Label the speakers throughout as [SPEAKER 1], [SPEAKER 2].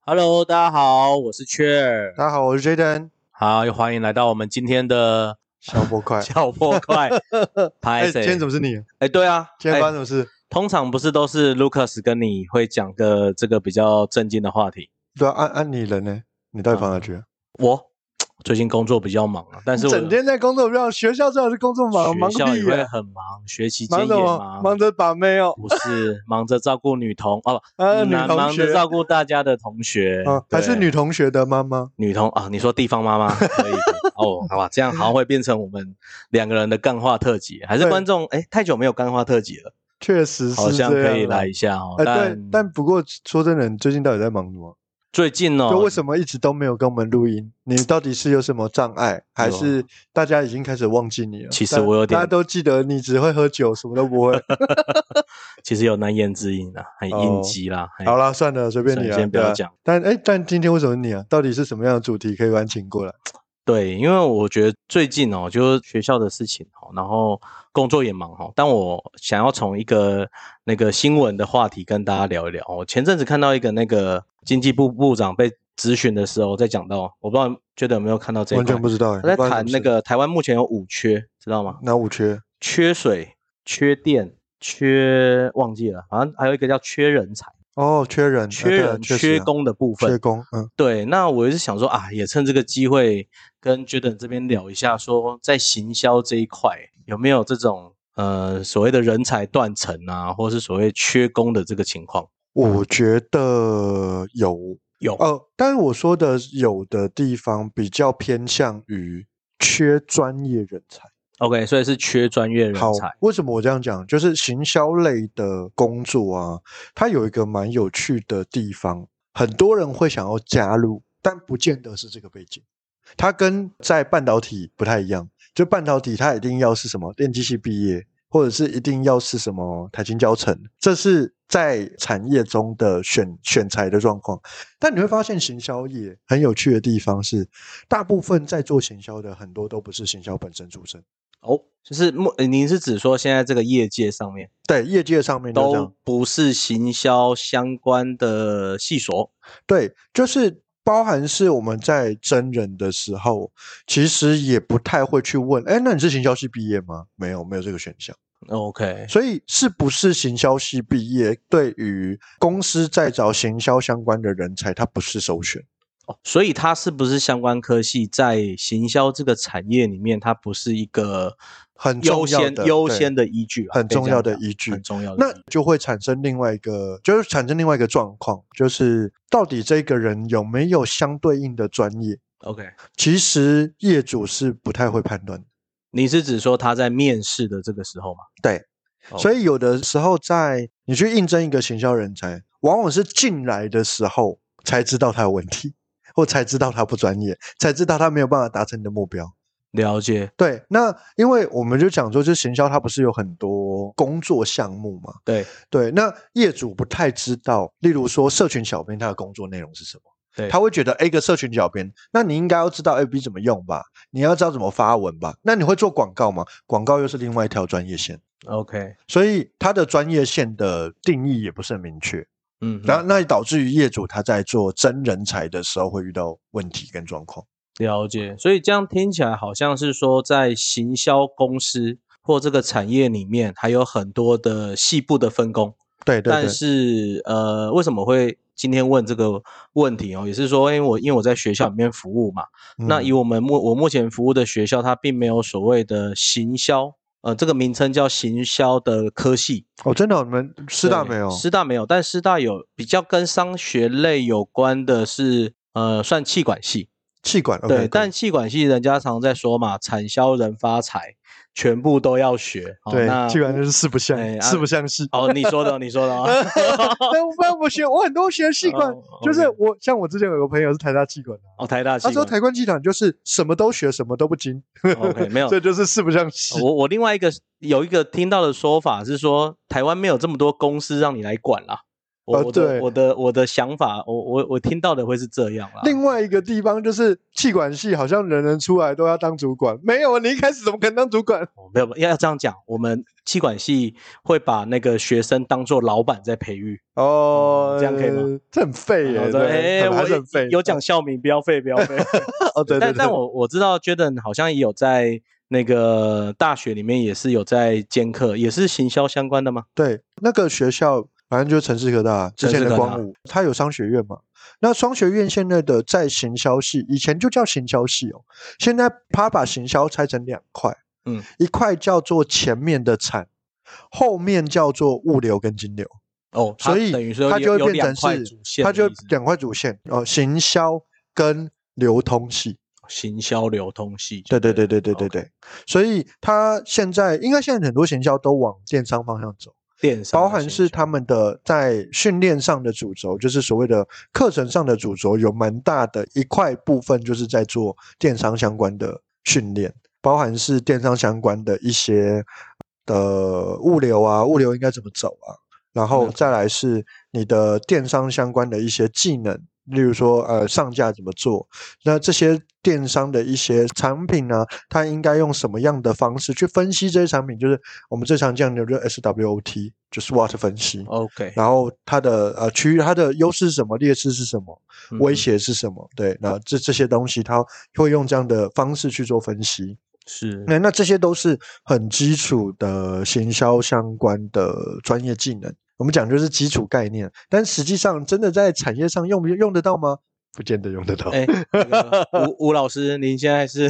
[SPEAKER 1] Hello，大家好，我是雀儿。
[SPEAKER 2] 大家好，我是 Jaden，
[SPEAKER 1] 好，又欢迎来到我们今天的
[SPEAKER 2] 小波快。
[SPEAKER 1] 小破块拍
[SPEAKER 2] 哎，
[SPEAKER 1] 谁
[SPEAKER 2] 今？天怎么是你？
[SPEAKER 1] 哎，对啊，
[SPEAKER 2] 今天
[SPEAKER 1] 哎
[SPEAKER 2] 发生什么事？
[SPEAKER 1] 通常不是都是 Lucas 跟你会讲个这个比较正经的话题。
[SPEAKER 2] 对啊，按按你人呢？你到底跑哪去了？啊
[SPEAKER 1] 我最近工作比较忙 啊，嗯但是我
[SPEAKER 2] 整天在工作，不知道学校最好是工作忙，忙
[SPEAKER 1] 学
[SPEAKER 2] 个
[SPEAKER 1] 校也
[SPEAKER 2] 屁
[SPEAKER 1] 会
[SPEAKER 2] 呀！
[SPEAKER 1] 很忙，学期间
[SPEAKER 2] 忙
[SPEAKER 1] 也
[SPEAKER 2] 什么？忙着把妹哦，
[SPEAKER 1] 不是忙着照顾女童哦，
[SPEAKER 2] 啊，女
[SPEAKER 1] 忙
[SPEAKER 2] 同
[SPEAKER 1] 忙着
[SPEAKER 2] 学，
[SPEAKER 1] 照顾大家的同学
[SPEAKER 2] 啊，，还是
[SPEAKER 1] 对
[SPEAKER 2] 女同学的妈妈？
[SPEAKER 1] 女同啊，你说地方妈妈 可以哦，好吧，这样好像会变成我们两个人的干话特辑，还是
[SPEAKER 2] 对
[SPEAKER 1] 观众哎，太久没有干话特辑了，
[SPEAKER 2] 确实是
[SPEAKER 1] 好像
[SPEAKER 2] 这样
[SPEAKER 1] 可以
[SPEAKER 2] 啦
[SPEAKER 1] 来一。下哦。
[SPEAKER 2] 哎，对
[SPEAKER 1] 但，
[SPEAKER 2] 但不过说真的，你最近到底在忙什么？
[SPEAKER 1] 最近哦，
[SPEAKER 2] 就为什么一直都没有跟我们录音？你到底是有什么障碍，还是大家已经开始忘记你了？
[SPEAKER 1] 啊其实
[SPEAKER 2] 大
[SPEAKER 1] 我有点
[SPEAKER 2] 大家都记得你只会喝酒，什么都不会。
[SPEAKER 1] 其实有难言之隐啊，很
[SPEAKER 2] 哦
[SPEAKER 1] 应激啦。嘿
[SPEAKER 2] 好啦，算了，随便你啊，
[SPEAKER 1] 哎先不要
[SPEAKER 2] 对啊
[SPEAKER 1] 讲。
[SPEAKER 2] 但哎，但今天为什么你啊？到底是什么样的主题可以把你请过来？
[SPEAKER 1] 对，因为我觉得最近哦，就是学校的事情哦，然后工作也忙哦，但我想要从一个那个新闻的话题跟大家聊一聊哦。我前阵子看到一个那个经济部部长被咨询的时候，在讲到，我不知道觉得有没有看到这一
[SPEAKER 2] 完
[SPEAKER 1] 块
[SPEAKER 2] 全，不知道哎。
[SPEAKER 1] 他在
[SPEAKER 2] 不然
[SPEAKER 1] 谈
[SPEAKER 2] 怎么
[SPEAKER 1] 那
[SPEAKER 2] 是
[SPEAKER 1] 个台湾目前有五缺，知道吗？
[SPEAKER 2] 哪五缺？
[SPEAKER 1] 缺水、缺电、缺忘记了，好像还有一个叫缺人才、
[SPEAKER 2] 哦，缺人，啊
[SPEAKER 1] 缺
[SPEAKER 2] 对啊
[SPEAKER 1] 人、
[SPEAKER 2] 确实
[SPEAKER 1] 缺
[SPEAKER 2] 啊
[SPEAKER 1] 工的部分，
[SPEAKER 2] 缺工，嗯，
[SPEAKER 1] 对，那我也是想说啊，也趁这个机会跟 Jaden 这边聊一下，说在行销这一块有没有这种呃所谓的人才断层啊，或是所谓缺工的这个情况？
[SPEAKER 2] 我觉得有
[SPEAKER 1] 有
[SPEAKER 2] 哦，但是我说的有的地方比较偏向于缺专业人才。
[SPEAKER 1] ，OK，所以是缺专业人
[SPEAKER 2] 好
[SPEAKER 1] 才，，
[SPEAKER 2] 为什么我这样讲？就是行销类的工作啊，它有一个蛮有趣的地方，很多人会想要加入，但不见得是这个背景。它跟在半导体不太一样，就半导体它一定要是什么电机系毕业，或者是一定要是什么台青教程，这是在产业中的选选材的状况。但你会发现行销业很有趣的地方是，大部分在做行销的很多都不是行销本身出身。
[SPEAKER 1] 哦，就是目呃您是指说现在这个业界上面
[SPEAKER 2] 对，业界上面都这样
[SPEAKER 1] 都。不是行销相关的系所
[SPEAKER 2] 对，就是包含是我们在真人的时候，其实也不太会去问，哎，那你是行销系毕业吗？没有，没有这个选项。
[SPEAKER 1] ？OK，
[SPEAKER 2] 所以是不是行销系毕业，对于公司在找行销相关的人才，它不是首选。
[SPEAKER 1] 哦，所以它是不是相关科系在行销这个产业里面，它不是一个
[SPEAKER 2] 很重
[SPEAKER 1] 优
[SPEAKER 2] 要
[SPEAKER 1] 先
[SPEAKER 2] 的
[SPEAKER 1] 优
[SPEAKER 2] 对
[SPEAKER 1] 先的依据啊，
[SPEAKER 2] 很
[SPEAKER 1] 可以
[SPEAKER 2] 重
[SPEAKER 1] 这样
[SPEAKER 2] 要的
[SPEAKER 1] 讲
[SPEAKER 2] 依据
[SPEAKER 1] 很重要的
[SPEAKER 2] 那
[SPEAKER 1] 依据。
[SPEAKER 2] 就会产生另外一个，就是产生另外一个状况，就是到底这个人有没有相对应的专业，
[SPEAKER 1] 那 OK，
[SPEAKER 2] 其实业主是不太会判断的。
[SPEAKER 1] 你是指说他在面试的这个时候吗？
[SPEAKER 2] 对，
[SPEAKER 1] 哦
[SPEAKER 2] 所以有的时候在你去应征一个行销人才，往往是进来的时候才知道他有问题，或才知道他不专业，才知道他没有办法达成你的目标。
[SPEAKER 1] 了解，
[SPEAKER 2] 对，那因为我们就讲说，就是行销它不是有很多工作项目嘛？
[SPEAKER 1] 对
[SPEAKER 2] 对，那业主不太知道，例如说社群小编他的工作内容是什么。
[SPEAKER 1] 对，
[SPEAKER 2] 他会觉得 A 个社群小编，那你应该要知道 A B 怎么用吧，你要知道怎么发文吧，那你会做广告吗？广告又是另外一条专业线。
[SPEAKER 1] OK，
[SPEAKER 2] 所以它的专业线的定义也不是很明确，
[SPEAKER 1] 嗯，
[SPEAKER 2] 那那也导致于业主他在做真人才的时候会遇到问题跟状况。
[SPEAKER 1] 了解。所以这样听起来好像是说，在行销公司或这个产业里面，还有很多的细部的分工。
[SPEAKER 2] 对对
[SPEAKER 1] 但
[SPEAKER 2] 对，
[SPEAKER 1] 是呃，为什么会今天问这个问题哦？也是说，因为我因为我在学校里面服务嘛，那
[SPEAKER 2] 嗯
[SPEAKER 1] 以我们目我目前服务的学校，它并没有所谓的行销，呃，这个名称叫行销的科系。
[SPEAKER 2] 哦真的哦、你们师大
[SPEAKER 1] 对
[SPEAKER 2] 没有？
[SPEAKER 1] 师大没有，但师大有比较跟商学类有关的是，呃，算气管系。
[SPEAKER 2] 气管哦
[SPEAKER 1] 对
[SPEAKER 2] OK，
[SPEAKER 1] 但气管系人家常在说嘛，产销人发财，全部都要学。哦、那
[SPEAKER 2] 对气管就是四不像
[SPEAKER 1] 哎，啊
[SPEAKER 2] 四不像是。
[SPEAKER 1] 哦，你说的，你说的、 哦。
[SPEAKER 2] 对，我不然我学我很多学气管
[SPEAKER 1] 哦，
[SPEAKER 2] 就是
[SPEAKER 1] ，OK
[SPEAKER 2] 我像我之前有个朋友是台大气管的，
[SPEAKER 1] 哦，台大气管。
[SPEAKER 2] 他
[SPEAKER 1] 哦
[SPEAKER 2] 说台管气管就是什么都学，什么都不精。
[SPEAKER 1] OK，没有
[SPEAKER 2] 这就是四不像是。
[SPEAKER 1] 我我另外一个有一个听到的说法是说，台湾没有这么多公司让你来管啦。我
[SPEAKER 2] 呃
[SPEAKER 1] 我的、
[SPEAKER 2] 对
[SPEAKER 1] 我的我的想法，我我我听到的会是这样啦。
[SPEAKER 2] 另外一个地方就是气管系，好像人人出来都要当主管，没有啊，你一开始怎么可能当主管？
[SPEAKER 1] 哦没有要要这样讲，我们气管系会把那个学生当做老板在培育。
[SPEAKER 2] 哦，
[SPEAKER 1] 嗯这样可以吗？
[SPEAKER 2] 这很废
[SPEAKER 1] 然后
[SPEAKER 2] 耶，
[SPEAKER 1] 说
[SPEAKER 2] 对，
[SPEAKER 1] 哎，
[SPEAKER 2] 很还
[SPEAKER 1] 我
[SPEAKER 2] 是很废。
[SPEAKER 1] 有讲校名，不要废，不要废。
[SPEAKER 2] 哦， 对对
[SPEAKER 1] 但
[SPEAKER 2] 对，
[SPEAKER 1] 但我我知道 Jaden 好像也有在那个大学里面也是有在兼课，也是行销相关的吗？
[SPEAKER 2] 对那个学校，反正就是城市科大之前
[SPEAKER 1] 城市
[SPEAKER 2] 的
[SPEAKER 1] 科大
[SPEAKER 2] 光武，它有商学院嘛。那商学院现在的在行销系，以前就叫行销系哦，现在它把行销拆成两块，
[SPEAKER 1] 嗯，
[SPEAKER 2] 一块叫做前面的产，后面叫做物流跟金流。
[SPEAKER 1] 哦，它
[SPEAKER 2] 所以
[SPEAKER 1] 等于说
[SPEAKER 2] 它
[SPEAKER 1] 有
[SPEAKER 2] 就
[SPEAKER 1] 有
[SPEAKER 2] 会变
[SPEAKER 1] 两
[SPEAKER 2] 成
[SPEAKER 1] 块
[SPEAKER 2] 是
[SPEAKER 1] 主线，
[SPEAKER 2] 它就两块主线哦，行销跟流通系。
[SPEAKER 1] 行销流通系。
[SPEAKER 2] 对对对对对对
[SPEAKER 1] ，OK，
[SPEAKER 2] 对，所以它现在应该现在很多行销都往电商方向走，
[SPEAKER 1] 电商
[SPEAKER 2] 包
[SPEAKER 1] 的
[SPEAKER 2] 含
[SPEAKER 1] 行
[SPEAKER 2] 是
[SPEAKER 1] 销
[SPEAKER 2] 他们的在训练上的主轴，就是所谓的课程上的主轴，有蛮大的一块部分就是在做电商相关的训练，包含是电商相关的一些的物流啊，物流应该怎么走啊，然后
[SPEAKER 1] 嗯
[SPEAKER 2] 再来是你的电商相关的一些技能，例如说呃上架怎么做，那这些电商的一些产品呢，它应该用什么样的方式去分析这些产品？就是我们最常见的就是 SWOT，就是 SWOT 分析。
[SPEAKER 1] OK，
[SPEAKER 2] 然后它的呃区域，它的优势是什么，劣势是什么，
[SPEAKER 1] 嗯
[SPEAKER 2] 威
[SPEAKER 1] 嗯
[SPEAKER 2] 胁是什么？对，那这这些东西，它会用这样的方式去做分析。
[SPEAKER 1] 是
[SPEAKER 2] 那那这些都是很基础的行销相关的专业技能，我们讲就是基础概念，但实际上真的在产业上用不用得到吗？不见得用得到。哎、
[SPEAKER 1] 哎，那个 吴吴老师，您现在是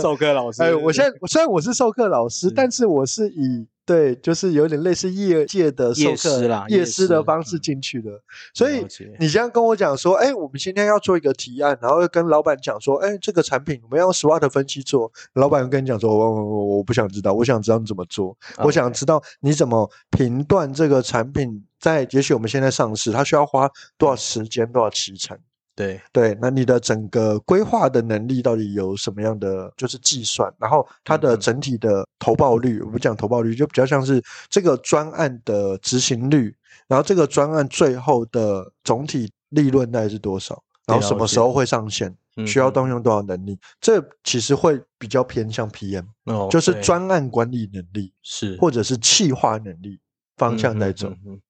[SPEAKER 1] 授课老师？
[SPEAKER 2] 哎我现在我虽然我是授课老师，
[SPEAKER 1] 是
[SPEAKER 2] 但是我是以对，就是有点类似业界的授
[SPEAKER 1] 业
[SPEAKER 2] 课
[SPEAKER 1] 师啦
[SPEAKER 2] 业
[SPEAKER 1] 业
[SPEAKER 2] 师的
[SPEAKER 1] 师
[SPEAKER 2] 方式
[SPEAKER 1] 嗯
[SPEAKER 2] 进去的，所以
[SPEAKER 1] 了解
[SPEAKER 2] 你这样跟我讲说，哎，我们今天要做一个提案，然后跟老板讲说，哎，这个产品我们要用 SWOT 分析做。老板跟你讲说，我我我我不想知道，我想知道你怎么做，
[SPEAKER 1] OK
[SPEAKER 2] 我想知道你怎么评断这个产品在，也许我们现在上市，它需要花
[SPEAKER 1] 嗯
[SPEAKER 2] 多少时间，多少期程。
[SPEAKER 1] 对
[SPEAKER 2] 对，那你的整个规划的能力到底有什么样的就是计算？然后它的
[SPEAKER 1] 嗯嗯
[SPEAKER 2] 整体的投报率，我们讲投报率就比较像是这个专案的执行率，然后这个专案最后的总体利润大概是多少？然后什么时候会上线？
[SPEAKER 1] 嗯
[SPEAKER 2] 需要
[SPEAKER 1] 嗯
[SPEAKER 2] 动用多少能力？这其实会比较偏向 PM，
[SPEAKER 1] 哦
[SPEAKER 2] 就是
[SPEAKER 1] 对
[SPEAKER 2] 专案管理能力
[SPEAKER 1] 是
[SPEAKER 2] 或者是企划能力方向在走
[SPEAKER 1] 嗯。嗯嗯嗯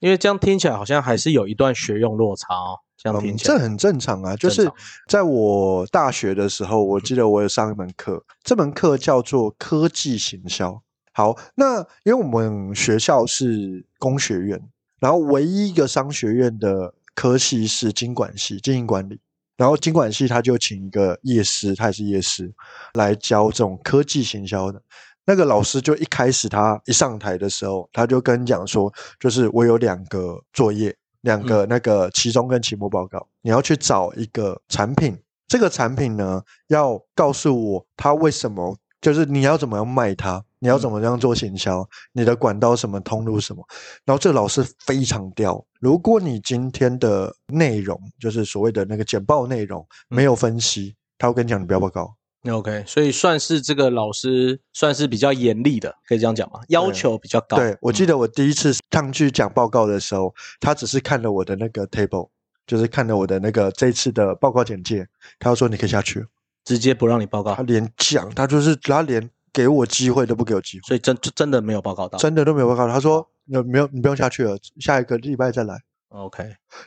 [SPEAKER 1] 因为这样听起来好像还是有一段学用落差哦。这样听
[SPEAKER 2] 嗯，
[SPEAKER 1] 起来，
[SPEAKER 2] 这很正常啊。就是
[SPEAKER 1] 常
[SPEAKER 2] 在我大学的时候，我记得我有上一门课，这门课叫做科技行销。好，那因为我们学校是工学院，然后唯一一个商学院的科系是经管系，经营管理。然后经管系他就请一个业师，他也是业师来教这种科技行销的。那个老师就一开始他一上台的时候，他就跟你讲说，就是我有两个作业，两个那个期中跟期末报告，你要去找一个产品，这个产品呢要告诉我它为什么，就是你要怎么样卖它，你要怎么样做行销，你的管道什么通路什么。然后这个老师非常刁，如果你今天的内容就是所谓的那个简报内容没有分析，他会跟你讲你不要报告。
[SPEAKER 1] OK，所以算是这个老师算是比较严厉的，可以这样讲吗？要求比较高。
[SPEAKER 2] 对，我记得我第一次上去讲报告的时候，他只是看了我的那个 table，就是看了我的那个这一次的报告简介，他就说你可以下去了。
[SPEAKER 1] 直接不让你报告
[SPEAKER 2] 他，连讲，他就是他连给我机会都不给我机会，
[SPEAKER 1] 所以真就真的没有报告到。
[SPEAKER 2] 真的都没有报告。他说那没有，你不用下去了，下一个礼拜再来。
[SPEAKER 1] OK，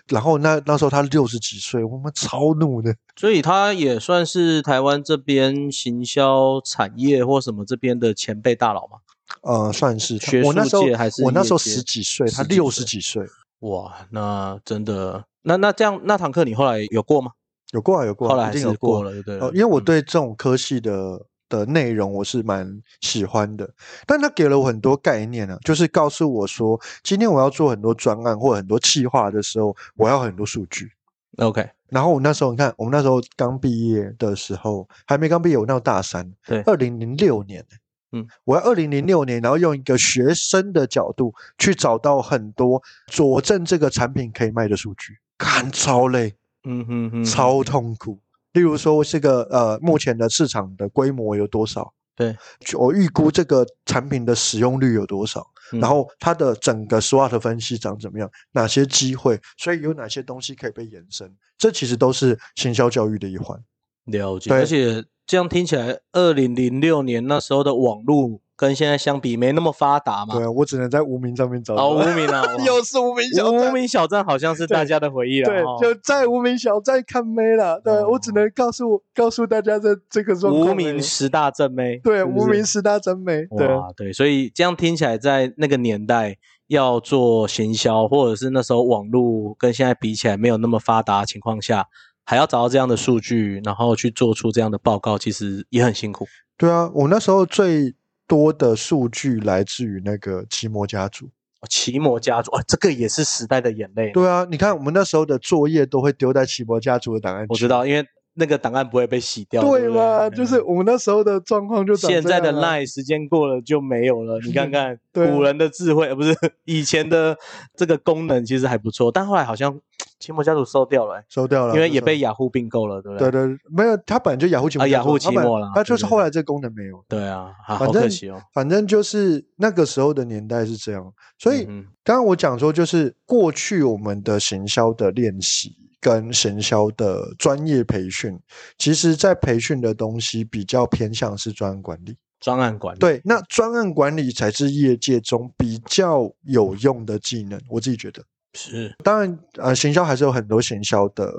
[SPEAKER 2] 然后那那时候他六十几岁，我们超怒的。
[SPEAKER 1] 所以他也算是台湾这边行销产业或什么这边的前辈大佬嘛。
[SPEAKER 2] 呃，算是他
[SPEAKER 1] 学
[SPEAKER 2] 我那
[SPEAKER 1] 术
[SPEAKER 2] 时候
[SPEAKER 1] 界还是
[SPEAKER 2] 我那时候
[SPEAKER 1] 业界
[SPEAKER 2] 十几岁，
[SPEAKER 1] 十
[SPEAKER 2] 他
[SPEAKER 1] 几岁
[SPEAKER 2] 六十几岁，
[SPEAKER 1] 哇，那真的，那那这样那堂课你后来有过吗？
[SPEAKER 2] 有过啊有过啊，
[SPEAKER 1] 后来
[SPEAKER 2] 一
[SPEAKER 1] 还
[SPEAKER 2] 定
[SPEAKER 1] 是
[SPEAKER 2] 有过
[SPEAKER 1] 了，对不对了？
[SPEAKER 2] 哦，因为我
[SPEAKER 1] 嗯
[SPEAKER 2] 对这种科系的的内容我是蛮喜欢的，但他给了我很多概念啊，就是告诉我说，今天我要做很多专案或很多企划的时候，我要很多数据。
[SPEAKER 1] OK
[SPEAKER 2] 然后我那时候，你看，我们那时候刚毕业的时候，还没刚毕业，我那时候大三，
[SPEAKER 1] 对
[SPEAKER 2] 二零零六年，欸
[SPEAKER 1] 嗯，
[SPEAKER 2] 我要二零零六年，然后用一个学生的角度去找到很多佐证这个产品可以卖的数据，看超累，
[SPEAKER 1] 嗯哼哼，
[SPEAKER 2] 超痛苦。例如说，这个呃，目前的市场的规模有多少？
[SPEAKER 1] 对，
[SPEAKER 2] 我预估这个产品的使用率有多少？
[SPEAKER 1] 嗯
[SPEAKER 2] 然后它的整个 SWOT 分析长怎么样，哪些机会，所以有哪些东西可以被延伸，这其实都是行销教育的一环。
[SPEAKER 1] 嗯了解。
[SPEAKER 2] 对
[SPEAKER 1] 而且这样听起来，二零零六年那时候的网络跟现在相比没那么发达嘛
[SPEAKER 2] 对。啊，我只能在无名上面找
[SPEAKER 1] 哦，无
[SPEAKER 2] 到。
[SPEAKER 1] 名啊，哇
[SPEAKER 2] 又是无名小
[SPEAKER 1] 无
[SPEAKER 2] 站，
[SPEAKER 1] 名小站好像是大家的回忆了。
[SPEAKER 2] 对
[SPEAKER 1] 哦，
[SPEAKER 2] 就在无名小站看妹了。对、
[SPEAKER 1] 哦
[SPEAKER 2] 我只能告诉告诉大家这这个状况而已。
[SPEAKER 1] 无名十大正妹，
[SPEAKER 2] 对
[SPEAKER 1] 是不
[SPEAKER 2] 无
[SPEAKER 1] 是
[SPEAKER 2] 名十大真美，对
[SPEAKER 1] 哇，对，所以这样听起来，在那个年代要做行销，或者是那时候网络跟现在比起来没有那么发达的情况下，还要找到这样的数据，然后去做出这样的报告，其实也很辛苦。
[SPEAKER 2] 对啊，我那时候最多的数据来自于那个奇摩家族。
[SPEAKER 1] 哦奇摩家族，啊，这个也是时代的眼泪。，
[SPEAKER 2] 对啊，你看我们那时候的作业都会丢在奇摩家族的档案
[SPEAKER 1] 我
[SPEAKER 2] 区，
[SPEAKER 1] 知道，因为那个档案不会被洗掉。对
[SPEAKER 2] 对
[SPEAKER 1] 不对
[SPEAKER 2] 嘛？就是
[SPEAKER 1] 嗯
[SPEAKER 2] 我们那时候的状况就长
[SPEAKER 1] 现
[SPEAKER 2] 这
[SPEAKER 1] 在的
[SPEAKER 2] 样啊
[SPEAKER 1] Line 时间过了就没有了，你看看
[SPEAKER 2] 对啊
[SPEAKER 1] 古人的智慧，呃不是以前的这个功能其实还不错，但后来好像奇摩家族收掉了、欸
[SPEAKER 2] 收掉了，
[SPEAKER 1] 因为
[SPEAKER 2] 就
[SPEAKER 1] 也
[SPEAKER 2] 收
[SPEAKER 1] 被雅虎并购了，对不
[SPEAKER 2] 对
[SPEAKER 1] 对？
[SPEAKER 2] 对，对没有，它本来就雅虎奇摩
[SPEAKER 1] 啊
[SPEAKER 2] 家
[SPEAKER 1] 雅虎
[SPEAKER 2] 族它
[SPEAKER 1] 奇
[SPEAKER 2] 本来
[SPEAKER 1] 摩啦
[SPEAKER 2] 它就
[SPEAKER 1] 对
[SPEAKER 2] 是
[SPEAKER 1] 对
[SPEAKER 2] 后
[SPEAKER 1] 对
[SPEAKER 2] 来这功能没有。
[SPEAKER 1] 对啊，啊
[SPEAKER 2] 反
[SPEAKER 1] 好可
[SPEAKER 2] 正
[SPEAKER 1] 惜哦。
[SPEAKER 2] 反正就是那个时候的年代是这样，所以
[SPEAKER 1] 嗯哼
[SPEAKER 2] 刚刚我讲说，就是过去我们的行销的练习跟行销的专业培训，其实在培训的东西比较偏向是专案管理。
[SPEAKER 1] 专案管理，
[SPEAKER 2] 对，那专案管理才是业界中比较有用的技能，我自己觉得。
[SPEAKER 1] 是
[SPEAKER 2] 当然，呃，行销还是有很多行销的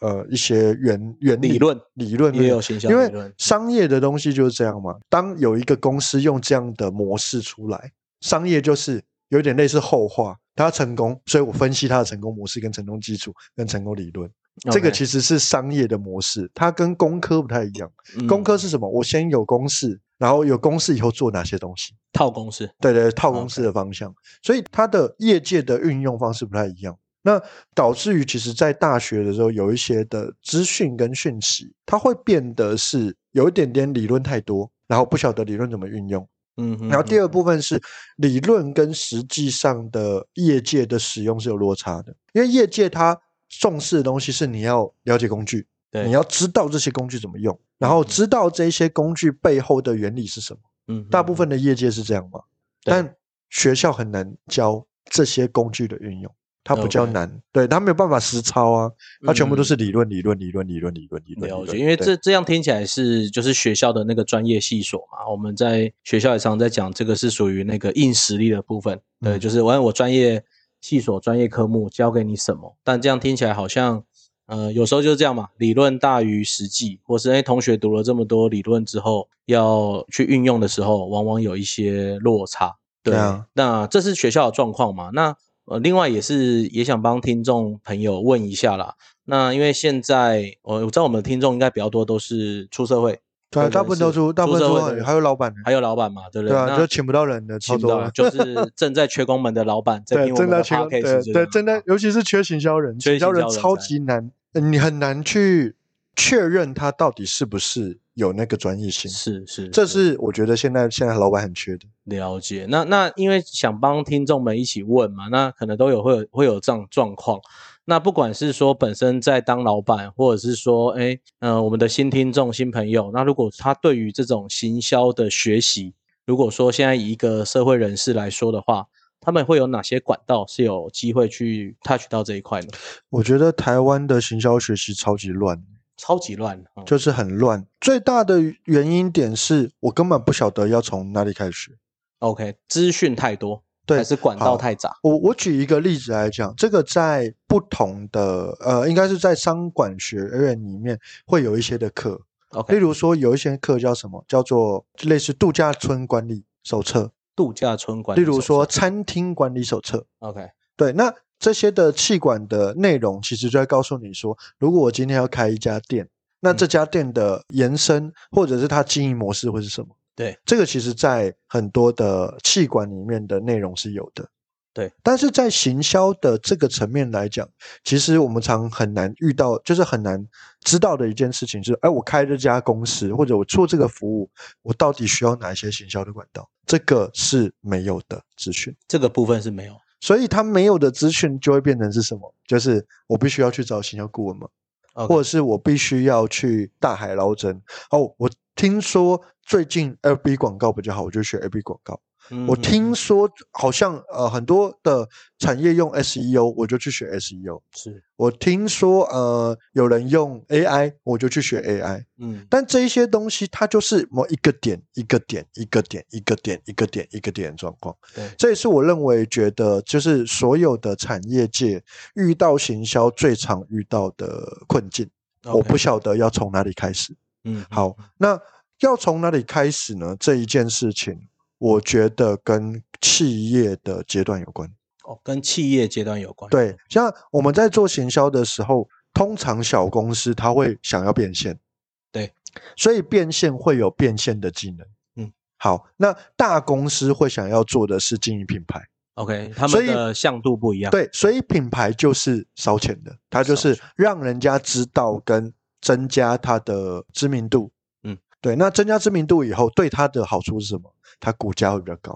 [SPEAKER 2] 呃一些原原理
[SPEAKER 1] 理论
[SPEAKER 2] 理论
[SPEAKER 1] 也有形象
[SPEAKER 2] 因
[SPEAKER 1] 理
[SPEAKER 2] 为
[SPEAKER 1] 论，嗯
[SPEAKER 2] 商业的东西就是这样嘛。当有一个公司用这样的模式出来，商业就是有点类似后话，它成功，所以我分析它的成功模式、跟成功基础、跟成功理论。这个其实是商业的模式，它跟工科不太一样。
[SPEAKER 1] 实
[SPEAKER 2] 工科是什么？我先有公式，然后有公式以后做哪些东西？
[SPEAKER 1] 套公式，
[SPEAKER 2] 对对，套公司的方向，所以它的业界的运用方式不太一样。那导致于，其实，在大学的时候，有一些的资讯跟讯息，它会变得是有一点点理论太多，然后不晓得理论怎么运用。
[SPEAKER 1] 嗯哼，
[SPEAKER 2] 然后第二
[SPEAKER 1] 嗯
[SPEAKER 2] 部分是理论跟实际上的业界的使用是有落差的，因为业界它重视的东西是你要了解工具，
[SPEAKER 1] 对，嗯
[SPEAKER 2] 你要知道这些工具怎么用，然后知道这些工具背后的原理是什么。
[SPEAKER 1] 嗯哼
[SPEAKER 2] 大部分的业界是这样嘛，
[SPEAKER 1] 对
[SPEAKER 2] 但学校很难教这些工具的运用，它比较
[SPEAKER 1] OK
[SPEAKER 2] 难，对，它没有办法实操啊，它全部都
[SPEAKER 1] 嗯
[SPEAKER 2] 是理论、理论、理论、理论、理论、理论。
[SPEAKER 1] 了解，
[SPEAKER 2] 理论
[SPEAKER 1] 因为
[SPEAKER 2] 对
[SPEAKER 1] 这这样听起来是就是学校的那个专业系所嘛，我们在学校也常在讲这个是属于那个硬实力的部分，对，
[SPEAKER 2] 嗯
[SPEAKER 1] 就是我我专业系所专业科目教给你什么，但这样听起来好像呃有时候就是这样嘛，理论大于实际，或是哎同学读了这么多理论之后要去运用的时候，往往有一些落差，
[SPEAKER 2] 对啊，
[SPEAKER 1] 那这是学校的状况嘛，那。呃，另外也是也想帮听众朋友问一下啦，那因为现在呃我我知道我们的听众应该比较多都是出社会，
[SPEAKER 2] 对啊，大部分都
[SPEAKER 1] 是
[SPEAKER 2] 出，大部分
[SPEAKER 1] 出社
[SPEAKER 2] 出
[SPEAKER 1] 会
[SPEAKER 2] 啊
[SPEAKER 1] 的人
[SPEAKER 2] 还有老板呢，
[SPEAKER 1] 还有老板嘛，对不
[SPEAKER 2] 对啊，
[SPEAKER 1] 那
[SPEAKER 2] 就请不到人的，超
[SPEAKER 1] 请不到
[SPEAKER 2] 多
[SPEAKER 1] 人，
[SPEAKER 2] 的。
[SPEAKER 1] 就是正在缺工门的老板在
[SPEAKER 2] 对，
[SPEAKER 1] 听我们
[SPEAKER 2] 真
[SPEAKER 1] 的
[SPEAKER 2] 的缺，对
[SPEAKER 1] podcast，
[SPEAKER 2] 对，真的，尤其是缺行销人，
[SPEAKER 1] 啊缺
[SPEAKER 2] 行销
[SPEAKER 1] 行
[SPEAKER 2] 人
[SPEAKER 1] 销人
[SPEAKER 2] 超
[SPEAKER 1] 才
[SPEAKER 2] 级难，呃你很难去确认他到底是不是有那个专业性，
[SPEAKER 1] 是是，
[SPEAKER 2] 这是我觉得现在现在老板很缺的。
[SPEAKER 1] 了解。那那因为想帮听众们一起问嘛，那可能都有会有会有这样状况。那不管是说本身在当老板，或者是说，哎，呃，我们的新听众、新朋友，那如果他对于这种行销的学习，如果说现在以一个社会人士来说的话，他们会有哪些管道是有机会去 touch 到这一块呢？
[SPEAKER 2] 我觉得台湾的行销学习超级乱，
[SPEAKER 1] 超级乱，嗯
[SPEAKER 2] 就是很乱。最大的原因点是我根本不晓得要从哪里开始学。
[SPEAKER 1] OK，资讯太多，
[SPEAKER 2] 对
[SPEAKER 1] 还是管道
[SPEAKER 2] 好
[SPEAKER 1] 太杂？
[SPEAKER 2] 我我举一个例子来讲，这个在不同的呃，应该是在商管学院里面会有一些的课，例
[SPEAKER 1] OK，
[SPEAKER 2] 如说有一些课叫什么，叫做类似度假村管理手册，
[SPEAKER 1] 度假村管
[SPEAKER 2] 例
[SPEAKER 1] 理手册，
[SPEAKER 2] 如说餐厅管理手册。
[SPEAKER 1] OK，
[SPEAKER 2] 对，那这些的气管的内容，其实就在告诉你说，如果我今天要开一家店，那
[SPEAKER 1] 嗯
[SPEAKER 2] 这家店的延伸或者是它经营模式会是什么？
[SPEAKER 1] 对，
[SPEAKER 2] 这个其实在很多的气管里面的内容是有的。
[SPEAKER 1] 对，
[SPEAKER 2] 但是在行销的这个层面来讲，其实我们常很难遇到，就是很难知道的一件事情是，哎，我开这家公司或者我做这个服务，我到底需要哪一些行销的管道？这个是没有的资讯。
[SPEAKER 1] 这个部分是没有。
[SPEAKER 2] 所以他没有的资讯就会变成是什么？就是我必须要去找行销顾问嘛
[SPEAKER 1] OK，
[SPEAKER 2] 或者是我必须要去大海捞针。哦，我听说最近 FB 广告比较好，我就学 FB 广告。
[SPEAKER 1] 嗯
[SPEAKER 2] 我
[SPEAKER 1] 哼
[SPEAKER 2] 听说好像呃很多的产业用 SEO，我就去学 SEO。
[SPEAKER 1] 是，
[SPEAKER 2] 我听说呃有人用 AI，我就去学 AI。
[SPEAKER 1] 嗯，
[SPEAKER 2] 但这一些东西它就是某一个点一个点一个点一个点一个点一个点的状况。
[SPEAKER 1] 对，
[SPEAKER 2] 这也是我认为觉得就是所有的产业界遇到行销最常遇到的困境。我
[SPEAKER 1] OK，
[SPEAKER 2] 不晓得要从哪里开始。
[SPEAKER 1] 嗯，嗯
[SPEAKER 2] 好，那要从哪里开始呢？这一件事情，我觉得跟企业的阶段有关。
[SPEAKER 1] 哦，跟企业阶段有关，
[SPEAKER 2] 对，像我们在做行销的时候，通常小公司它会想要变现，
[SPEAKER 1] 对，
[SPEAKER 2] 所以变现会有变现的技能。
[SPEAKER 1] 嗯，
[SPEAKER 2] 好，那大公司会想要做的是经营品牌，
[SPEAKER 1] ，OK，他
[SPEAKER 2] 所
[SPEAKER 1] 们
[SPEAKER 2] 以
[SPEAKER 1] 的向度不一样，，
[SPEAKER 2] 对，所以品牌就是烧钱的，它就
[SPEAKER 1] 烧
[SPEAKER 2] 是
[SPEAKER 1] 钱
[SPEAKER 2] 让人家知道跟增加它的知名度。
[SPEAKER 1] 嗯，
[SPEAKER 2] 对，那增加知名度以后，对它的好处是什么？它股价会比较高，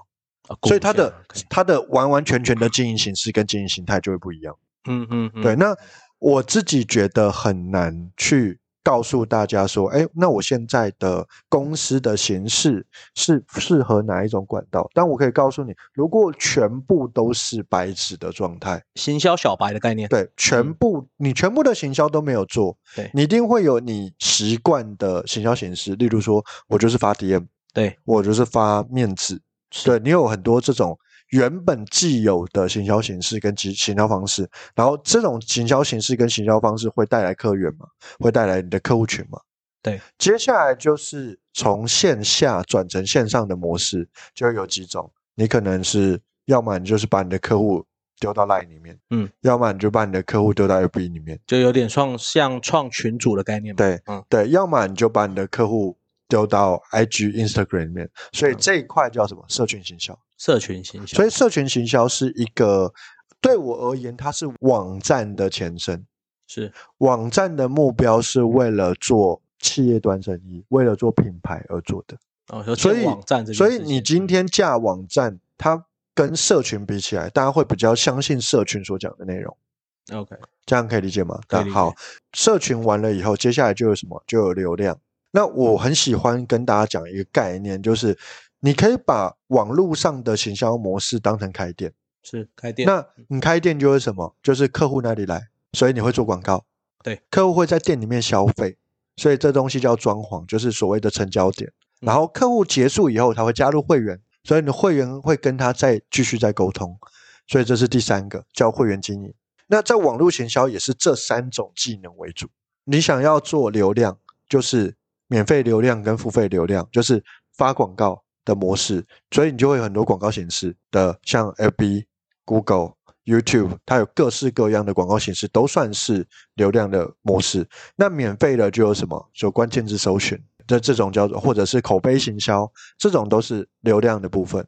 [SPEAKER 1] 啊
[SPEAKER 2] 所以它的它的完完全全的经营形式跟经营形态就会不一样。
[SPEAKER 1] 嗯嗯嗯，
[SPEAKER 2] 对，那我自己觉得很难去告诉大家说，哎，那我现在的公司的形式是适合哪一种管道？但我可以告诉你，如果全部都是白纸的状态，
[SPEAKER 1] 行销小白的概念，
[SPEAKER 2] 对，全
[SPEAKER 1] 嗯
[SPEAKER 2] 部、你全部的行销都没有做，
[SPEAKER 1] 对
[SPEAKER 2] 你一定会有你习惯的行销形式，例如说，我就是发 DM，
[SPEAKER 1] 对，
[SPEAKER 2] 我就是发面子，对你有很多这种原本既有的行销形式跟行行销方式，然后这种行销形式跟行销方式会带来客源嘛，会带来你的客户群嘛，
[SPEAKER 1] 对，
[SPEAKER 2] 接下来就是从线下转成线上的模式，就有几种，你可能是要么你就是把你的客户丢到 LINE 里面，
[SPEAKER 1] 嗯，
[SPEAKER 2] 要么你就把你的客户丢到 FB 里面，
[SPEAKER 1] 就有点创像创群主的概念嘛，
[SPEAKER 2] 对，
[SPEAKER 1] 嗯
[SPEAKER 2] 对，要么你就把你的客户丢到 IG、Instagram 里面，所以
[SPEAKER 1] 嗯
[SPEAKER 2] 这一块叫什么？社群行销。
[SPEAKER 1] 社群行销，
[SPEAKER 2] 所以社群行销是一个对我而言，它是网站的前身。
[SPEAKER 1] 是
[SPEAKER 2] 网站的目标是为了做企业端生意，为了做品牌而做的。
[SPEAKER 1] 哦，有
[SPEAKER 2] 所
[SPEAKER 1] 建
[SPEAKER 2] 以
[SPEAKER 1] 网站这件
[SPEAKER 2] 所以
[SPEAKER 1] 事
[SPEAKER 2] 你
[SPEAKER 1] 情
[SPEAKER 2] 今
[SPEAKER 1] 嗯
[SPEAKER 2] 天架网站，它跟社群比起来，大家会比较相信社群所讲的内容，
[SPEAKER 1] OK
[SPEAKER 2] 这样可以理解吗？
[SPEAKER 1] 可以
[SPEAKER 2] 那
[SPEAKER 1] 理解
[SPEAKER 2] 好，社群完了以后，接下来就有什么？就有流量。那我很喜欢跟大家讲一个概念，就是你可以把网络上的行销模式当成开店。
[SPEAKER 1] 是开店，
[SPEAKER 2] 那你开店就是什么？就是客户那里来，所以你会做广告。
[SPEAKER 1] 对，
[SPEAKER 2] 客户会在店里面消费，所以这东西叫装潢，就是所谓的成交点。
[SPEAKER 1] 嗯
[SPEAKER 2] 然后客户结束以后，他会加入会员，所以你的会员会跟他再继续再沟通，所以这是第三个叫会员经营。那在网络行销也是这三种技能为主。你想要做流量，就是免费流量跟付费流量，就是发广告的模式，所以你就会有很多广告形式的，像 FB、Google、YouTube，它有各式各样的广告形式，都算是流量的模式。那免费的就有什么？就关键字搜寻，这这种叫做，或者是口碑行销，这种都是流量的部分。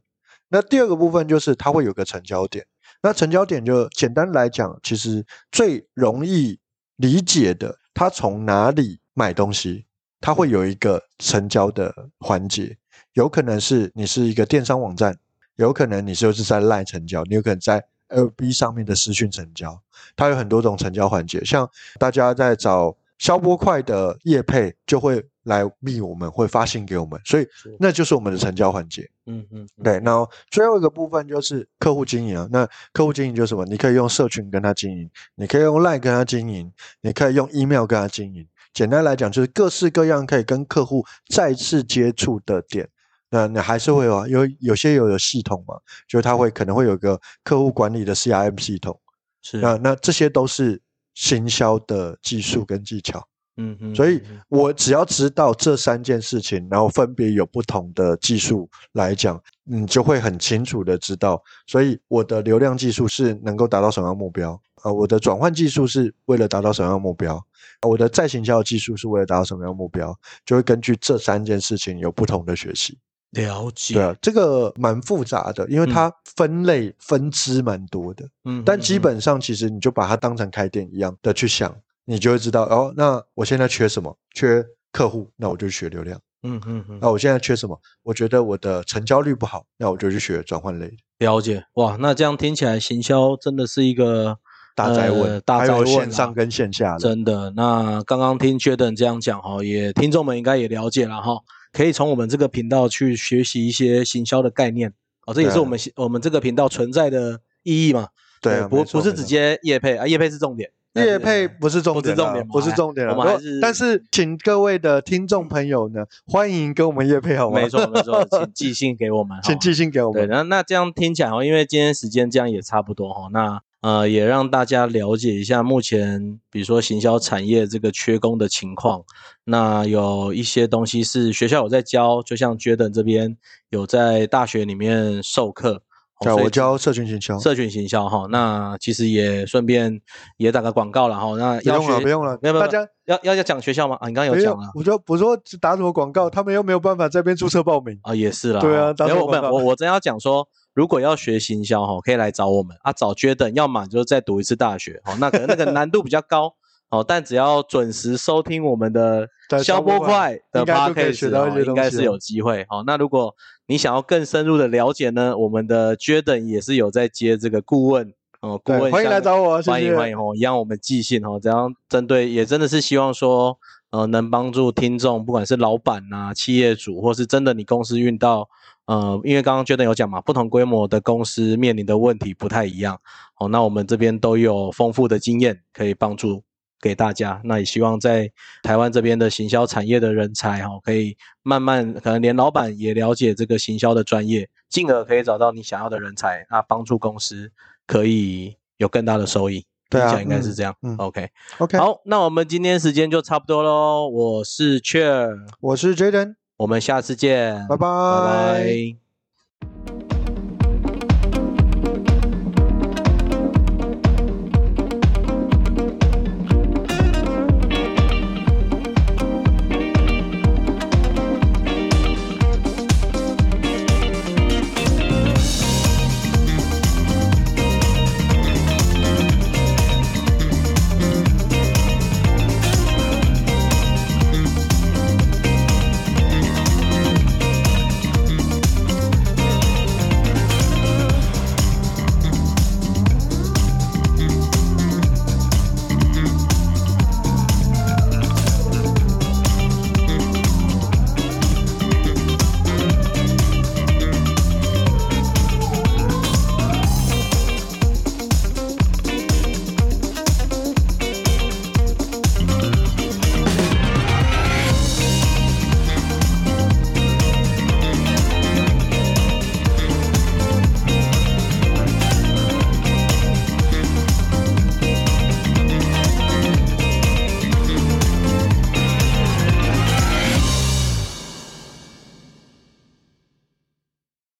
[SPEAKER 2] 那第二个部分就是它会有个成交点，那成交点就简单来讲，其实最容易理解的，它从哪里买东西，它会有一个成交的环节，有可能是你是一个电商网站，有可能你就是在 LINE 成交，你有可能在 LB 上面的私讯成交，它有很多种成交环节。像大家在找消波块的业配，就会来密我们，会发信给我们，所以
[SPEAKER 1] 是
[SPEAKER 2] 那就是我们的成交环节。
[SPEAKER 1] 嗯嗯，嗯
[SPEAKER 2] 对，然后最后一个部分就是客户经营啊。那客户经营就是什么？你可以用社群跟他经营，你可以用 LINE 跟他经营，你可以用 email 跟他经营。简单来讲，就是各式各样可以跟客户再次接触的点。那你还是会有啊，有有些有有系统嘛，就是他会可能会有个客户管理的 CRM 系统。
[SPEAKER 1] 是
[SPEAKER 2] 那那这些都是行销的技术跟技巧。
[SPEAKER 1] 嗯嗯，
[SPEAKER 2] 所以
[SPEAKER 1] 嗯嗯
[SPEAKER 2] 我只要知道这三件事情，然后分别有不同的技术来讲，你就会很清楚的知道，所以我的流量技术是能够达到什么样的目标，呃，我的转换技术是为了达到什么样的目标，我的再行销技术是为了达到什么样的目标，就会根据这三件事情有不同的学习。
[SPEAKER 1] 了解，
[SPEAKER 2] 对啊，这个蛮复杂的，因为
[SPEAKER 1] 嗯
[SPEAKER 2] 它分类分支蛮多的。
[SPEAKER 1] 嗯，
[SPEAKER 2] 但
[SPEAKER 1] 嗯
[SPEAKER 2] 基
[SPEAKER 1] 嗯
[SPEAKER 2] 本上其实你就把它当成开店一样的去想，你就会知道哦，那我现在缺什么？缺客户，那我就学流量；
[SPEAKER 1] 嗯嗯嗯，
[SPEAKER 2] 那我现在缺什么？我觉得我的成交率不好，那我就去学转换类的
[SPEAKER 1] 了解哇，那这样听起来行销真的是一个
[SPEAKER 2] 大宅问，
[SPEAKER 1] 呃大
[SPEAKER 2] 还
[SPEAKER 1] 宅
[SPEAKER 2] 有
[SPEAKER 1] 问
[SPEAKER 2] 线
[SPEAKER 1] 啊
[SPEAKER 2] 上跟线下的。
[SPEAKER 1] 真的，那刚刚听 Jaden 这样讲哈，也听众们应该也了解了哈，可以从我们这个频道去学习一些行销的概念哦，这也是
[SPEAKER 2] 对啊
[SPEAKER 1] 我们、我们这个频道存在的意义嘛。
[SPEAKER 2] 对啊，
[SPEAKER 1] 不
[SPEAKER 2] 没错
[SPEAKER 1] 不是
[SPEAKER 2] 没
[SPEAKER 1] 直
[SPEAKER 2] 错
[SPEAKER 1] 接业配啊，业配是重点。
[SPEAKER 2] 叶配不是重
[SPEAKER 1] 不是
[SPEAKER 2] 点啦
[SPEAKER 1] 重点嘛
[SPEAKER 2] 不是重点啦。
[SPEAKER 1] 我们还
[SPEAKER 2] 不
[SPEAKER 1] 是
[SPEAKER 2] 但是请各位的听众朋友呢，欢迎跟我们叶配好吗？
[SPEAKER 1] 没，错没错，请寄信给我们，
[SPEAKER 2] 请寄信给我
[SPEAKER 1] 对，
[SPEAKER 2] 们。
[SPEAKER 1] 那那这样听起来哦，因为今天时间这样也差不多哈、哦，那呃也让大家了解一下目前比如说行销产业这个缺工的情况。那有一些东西是学校有在教，就像 Jaden 这边有在大学里面授课。哦
[SPEAKER 2] 对，啊
[SPEAKER 1] 所以
[SPEAKER 2] 我教啊社群行销，
[SPEAKER 1] 社群行销哈、那其实也顺便也打个广告了哈、那
[SPEAKER 2] 不
[SPEAKER 1] 要
[SPEAKER 2] 用了
[SPEAKER 1] 学
[SPEAKER 2] 不用了，
[SPEAKER 1] 没有没有
[SPEAKER 2] 大家
[SPEAKER 1] 要要要讲学校吗？啊，你刚刚
[SPEAKER 2] 没
[SPEAKER 1] 有讲
[SPEAKER 2] 有
[SPEAKER 1] 了啊、，
[SPEAKER 2] 我就不说打什么广告，他们又没有办法在那边注册报名。
[SPEAKER 1] 也是啦。
[SPEAKER 2] 对啊
[SPEAKER 1] 哦
[SPEAKER 2] 打
[SPEAKER 1] 没有
[SPEAKER 2] 错
[SPEAKER 1] 我们
[SPEAKER 2] 广告
[SPEAKER 1] 我我真要讲说，如果要学行销哈、可以来找我们啊，找 Jaden，要么就是再读一次大学哦，那可能那个难度比较高。哦，但只要准时收听我们的
[SPEAKER 2] 对
[SPEAKER 1] 消波块的
[SPEAKER 2] 应该就可以
[SPEAKER 1] podcast，
[SPEAKER 2] 学到一
[SPEAKER 1] 哦
[SPEAKER 2] 些
[SPEAKER 1] 应该
[SPEAKER 2] 东西
[SPEAKER 1] 是
[SPEAKER 2] 了
[SPEAKER 1] 有机会。哦，那如果你想要更深入的了解呢，我们的 Jaden 也是有在接这个顾问哦，顾
[SPEAKER 2] 对，
[SPEAKER 1] 问
[SPEAKER 2] 欢迎
[SPEAKER 1] 相
[SPEAKER 2] 来找我，谢
[SPEAKER 1] 欢迎
[SPEAKER 2] 谢。
[SPEAKER 1] 欢迎哦，一样我们寄信哦，这样针对也真的是希望说，呃，能帮助听众，不管是老板呐、企业主，或是真的你公司运到，呃，因为刚刚 Jaden 有讲嘛，不同规模的公司面临的问题不太一样哦，那我们这边都有丰富的经验可以帮助。给大家，那也希望在台湾这边的行销产业的人才哦，可以慢慢可能连老板也了解这个行销的专业，进而可以找到你想要的人才，那帮助公司可以有更大的收益。
[SPEAKER 2] 对啊
[SPEAKER 1] 听起来应该是这样。
[SPEAKER 2] 嗯嗯
[SPEAKER 1] OK，
[SPEAKER 2] OK，
[SPEAKER 1] 好，那我们今天时间就差不多喽。我是雀儿，
[SPEAKER 2] 我是 Jaden，
[SPEAKER 1] 我们下次见，拜
[SPEAKER 2] 拜拜。
[SPEAKER 1] 拜